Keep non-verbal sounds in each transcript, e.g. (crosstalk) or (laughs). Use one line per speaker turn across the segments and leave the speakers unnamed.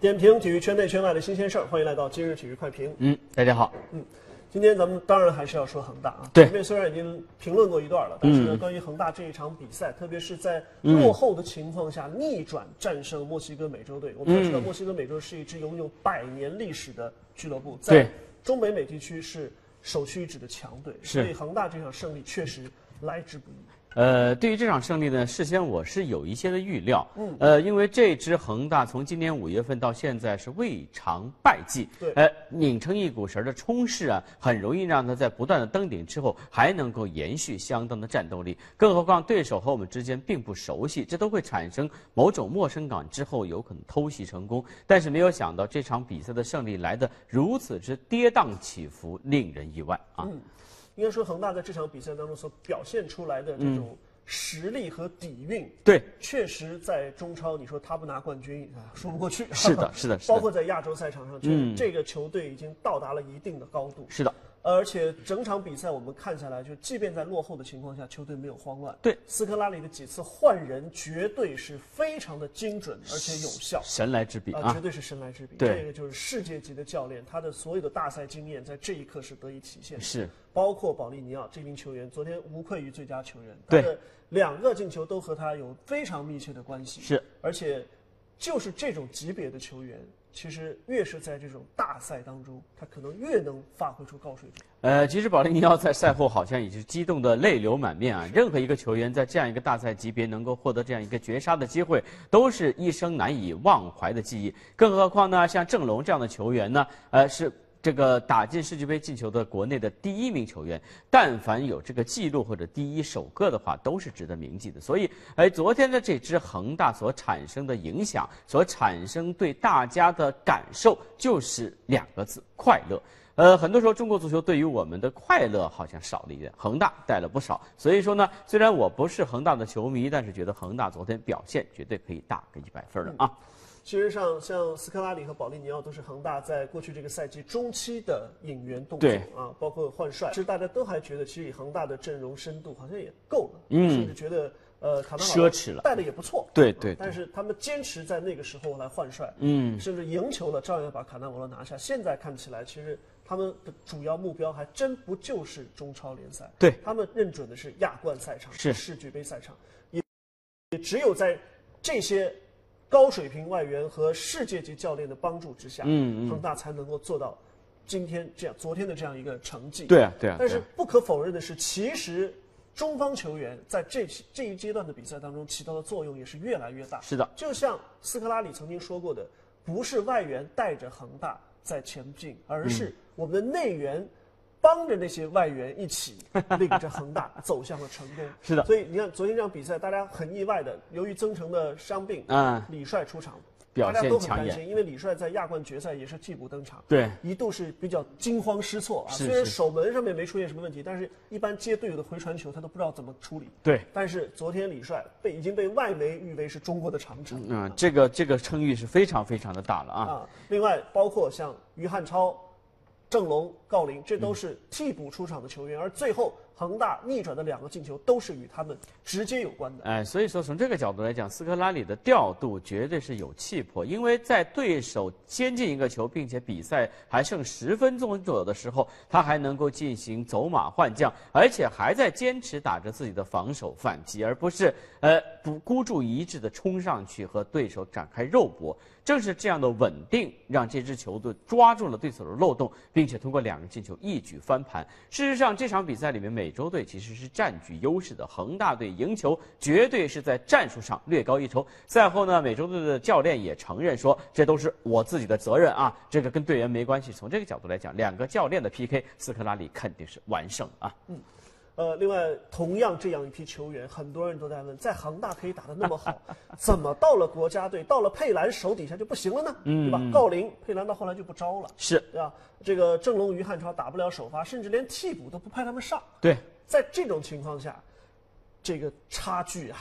点评体育圈内圈外的新鲜事儿，欢迎来到今日体育快评。
嗯，大家好。
今天咱们当然还是要说恒大啊，
对
前面虽然已经评论过一段了，但是呢，
嗯
关于恒大这一场比赛，特别是在落后的情况下、逆转战胜墨西哥美洲队，我们都
嗯
知道墨西哥美洲是一支拥有百年历史的俱乐部，
对
在中北美地区是首屈一指的强队，
是
所以恒大这场胜利确实来之不易。
呃，对于这场胜利呢，事先我是有一些的预料。嗯。呃，因为这支恒大从今年五月份到现在是未尝败绩。
对
呃，拧成一股绳儿的冲势啊，很容易让他在不断的登顶之后，还能够延续相当的战斗力。更何况对手和我们之间并不熟悉，这都会产生某种陌生感，之后有可能偷袭成功。但是没有想到这场比赛的胜利来得如此之跌宕起伏，令人意外啊。
应该说，恒大在这场比赛当中所表现出来的这
嗯
种实力和底蕴，
对，
确实在中超，你说他不拿冠军啊，说不过去。
是的，是的，是
包
的，
括在亚洲赛场上，确实
嗯
这个球队已经到达了一定的高度，
是的。
而且整场比赛我们看下来，就即便在落后的情况下，球队没有慌乱。
对，
斯科拉里的几次换人绝对是非常的精准而且有效。
神来之笔
啊，
啊
绝！对是神来之笔。
对
这个就是世界级的教练，他的所有的大赛经验在这一刻是得以体现的。
是，
包括保利尼奥这名球员，昨天无愧于最佳球员，
对
他的两个进球都和他有非常密切的关系。
是，
而且就是这种级别的球员，其实越是在这种大赛当中，他可能越能发挥出高水准。
呃，其实保利尼奥在赛后好像也是激动的泪流满面啊！任何一个球员在这样一个大赛级别能够获得这样一个绝杀的机会，都是一生难以忘怀的记忆。更何况呢，像郑龙这样的球员呢，呃，是这个打进世界杯进球的国内的第一名球员。但凡有这个记录或者第一首个的话，都是值得铭记的。所以，哎，昨天的这支恒大所产生的影响，所产生对大家的感受，就是两个字：快乐。呃，很多时候中国足球对于我们的快乐好像少了一点，恒大带了不少。所以说呢，虽然我不是恒大的球迷，但是觉得恒大昨天表现绝对可以打个一百分儿的啊。
其实上，像斯科拉里和保利尼奥都是恒大在过去这个赛季中期的引援动作
对
啊，包括换帅，其实大家都还觉得，其实以恒大的阵容深度好像也够了，
嗯
甚至觉得呃，卡塔马
奢侈了
带的也不错，
对
啊
对
但是他们坚持在那个时候来换帅，
嗯，
甚至赢球了，照样把卡纳瓦罗拿下。现在看起来，其实他们的主要目标还真不就是中超联赛，
对
他们认准的是亚冠赛场、
是
世俱杯赛场，也也只有在这些高水平外援和世界级教练的帮助之下，
嗯嗯
恒大才能够做到今天这样、昨天的这样一个成绩。
对啊，对啊。
但
对
是
啊
不可否认的是，其实中方球员在这这一阶段的比赛当中起到的作用也是越来越大。
啊是的，
就像斯科拉里曾经说过的，不是外援带着恒大在前进，而
嗯
是我们的内援帮着那些外援一起 (laughs) 领着恒大走向了成功。
(laughs) 是的
所以你看昨天这场比赛，大家很意外的，由于曾诚的伤病，
嗯，
李帅出场，
表
大家都很
现抢
担
眼。
心，因为李帅在亚冠决赛也是替补登场。
对，
一度是比较惊慌失措啊，
是
虽然
是
守门上面没出现什么问题，但是一般接队友的回传球他都不知道怎么处理。
对，
但是昨天李帅被已经被外媒誉为是中国的长城。
嗯，这个这个称誉是非常非常的大了啊。
啊，另外包括像于汉超、郑龙、郜林，这
嗯
都是替补出场的球员，而最后恒大逆转的两个进球都是与他们直接有关的。
哎，所以说从这个角度来讲，斯科拉里的调度绝对是有气魄，因为在对手先进一个球，并且比赛还剩十分钟左右的时候，他还能够进行走马换将，而且还在坚持打着自己的防守反击，而不是呃不孤注一掷的冲上去和对手展开肉搏。正是这样的稳定，让这支球队抓住了对手的漏洞，并且通过两个进球一举翻盘。事实上，这场比赛里面，美洲队其实是占据优势的，恒大队赢球绝对是在战术上略高一筹。赛后呢，美洲队的教练也承认说，这都是我自己的责任啊，这个跟队员没关系。从这个角度来讲，两个教练的 PK，斯科拉里肯定是完胜啊。
呃，另外同样这样一批球员，很多人都在问，在恒大可以打得那么好，怎么到了国家队，到了佩兰手底下就不行了呢？对吧？郜林、佩兰到后来就不招了，
是
对吧？这个郑龙、于汉超打不了首发，甚至连替补都不派他们上。
对，
在这种情况下，这个差距啊，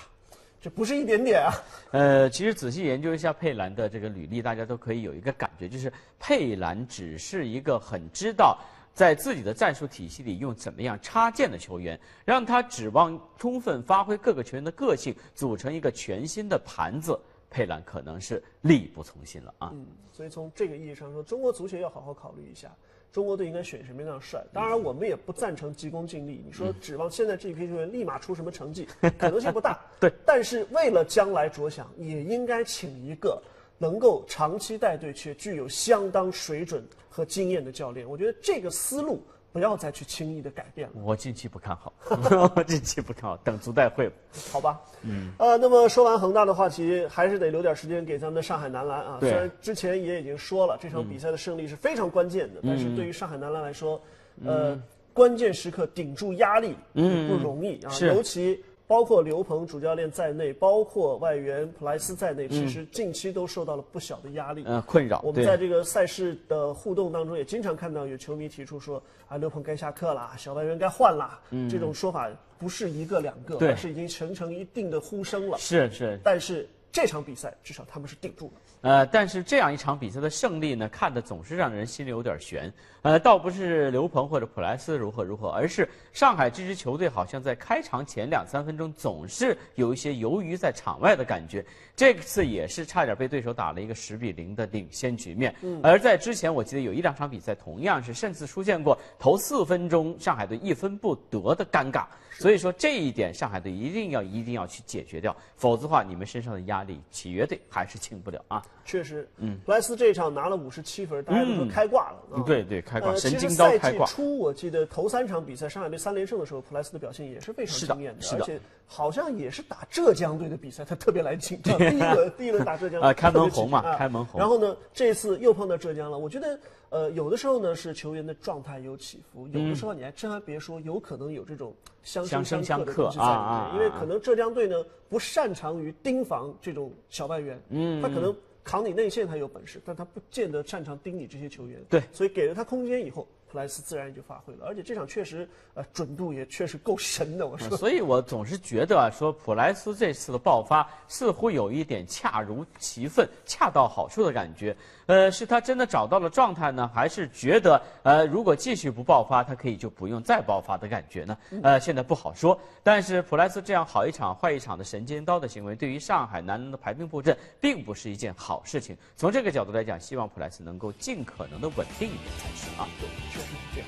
这不是一点点啊。
呃，其实仔细研究一下佩兰的这个履历，大家都可以有一个感觉，就是佩兰只是一个很知道在自己的战术体系里用怎么样插件的球员，让他指望充分发挥各个球员的个性，组成一个全新的盘子。佩兰可能是力不从心了啊。
嗯，所以从这个意义上说，中国足协要好好考虑一下，中国队应该选什么样的帅。当然，我们也不赞成急功近利。你说指望现在这一批球员立马出什么成绩，可能性不大。
对，
但是为了将来着想，也应该请一个能够长期带队且具有相当水准和经验的教练。我觉得这个思路不要再去轻易的改变了。
我近期不看好， (laughs) 我近期不看好，等足代会吧。
好吧，嗯，呃，那么说完恒大的话题，还是得留点时间给咱们的上海男篮啊。
对
虽然之前也已经说了，这场比赛的胜利是非常关
嗯
键的，但是对于上海男篮来说，呃，关键时刻顶住压力也不容易啊，
嗯是
尤其。包括刘鹏主教练在内，包括外援普莱斯在内，其实近期都受到了不小的压力。
嗯，困扰。
我们
对
在这个赛事的互动当中，也经常看到有球迷提出说啊，刘鹏该下课啦，小外援该换啦，这种说法不是一个两个，
嗯对
而是已经形成一定的呼声了。
是是，
但是这场比赛至少他们是顶住了。
呃，但是这样一场比赛的胜利呢，看的总是让人心里有点悬。呃，倒不是刘鹏或者普莱斯如何如何，而是上海这支球队好像在开场前两三分钟总是有一些游于在场外的感觉。这次也是差点被对手打了一个十比零的领先局面。而在之前，我记得有一两场比赛同样是甚至出现过头四分钟上海队一分不得的尴尬。所以说这一点，上海队一定要一定要去解决掉，否则的话，你们身上的压力，企业队还是轻不了啊。
确实，嗯，莱斯这一场拿了五十七分，大家都说
嗯
开挂了。啊
对对，开挂，
呃，
神
其实
经刀
赛
开
季
挂，
初我记得头三场比赛，上海队三连胜的时候，普莱斯的表现也是非常
是的
惊艳的，
是的
而且好像也是打浙江队的比赛，他特别来劲。
(laughs)
啊第一轮第一轮打浙江
啊开门红嘛
特别起劲啊
开门红
然后呢，这次又碰到浙江了，我觉得呃，有的时候呢是球员的状态有起伏，有的时候你还真还别说，有可能有这种相
嗯相生
生
相
克的
克
东西在里面，
啊啊
因为
啊
可能浙江队呢不擅长于盯防这种小外援，嗯，他可能。扛你内线他有本事，但他不见得擅长盯你这些球员。
对
所以给了他空间以后，普莱斯自然也就发挥了。而且这场确实，呃，准度也确实够神的。我说，
呃所以我总是觉得啊，说普莱斯这次的爆发似乎有一点恰如其分、恰到好处的感觉。呃，是他真的找到了状态呢，还是觉得呃，如果继续不爆发，他可以就不用再爆发的感觉呢？
嗯
呃，现在不好说。但是普莱斯这样好一场坏一场的神尖刀的行为，对于上海男篮的排兵布阵，并不是一件好事情。从这个角度来讲，希望普莱斯能够尽可能的稳定一点才是啊。
对，确实是这样。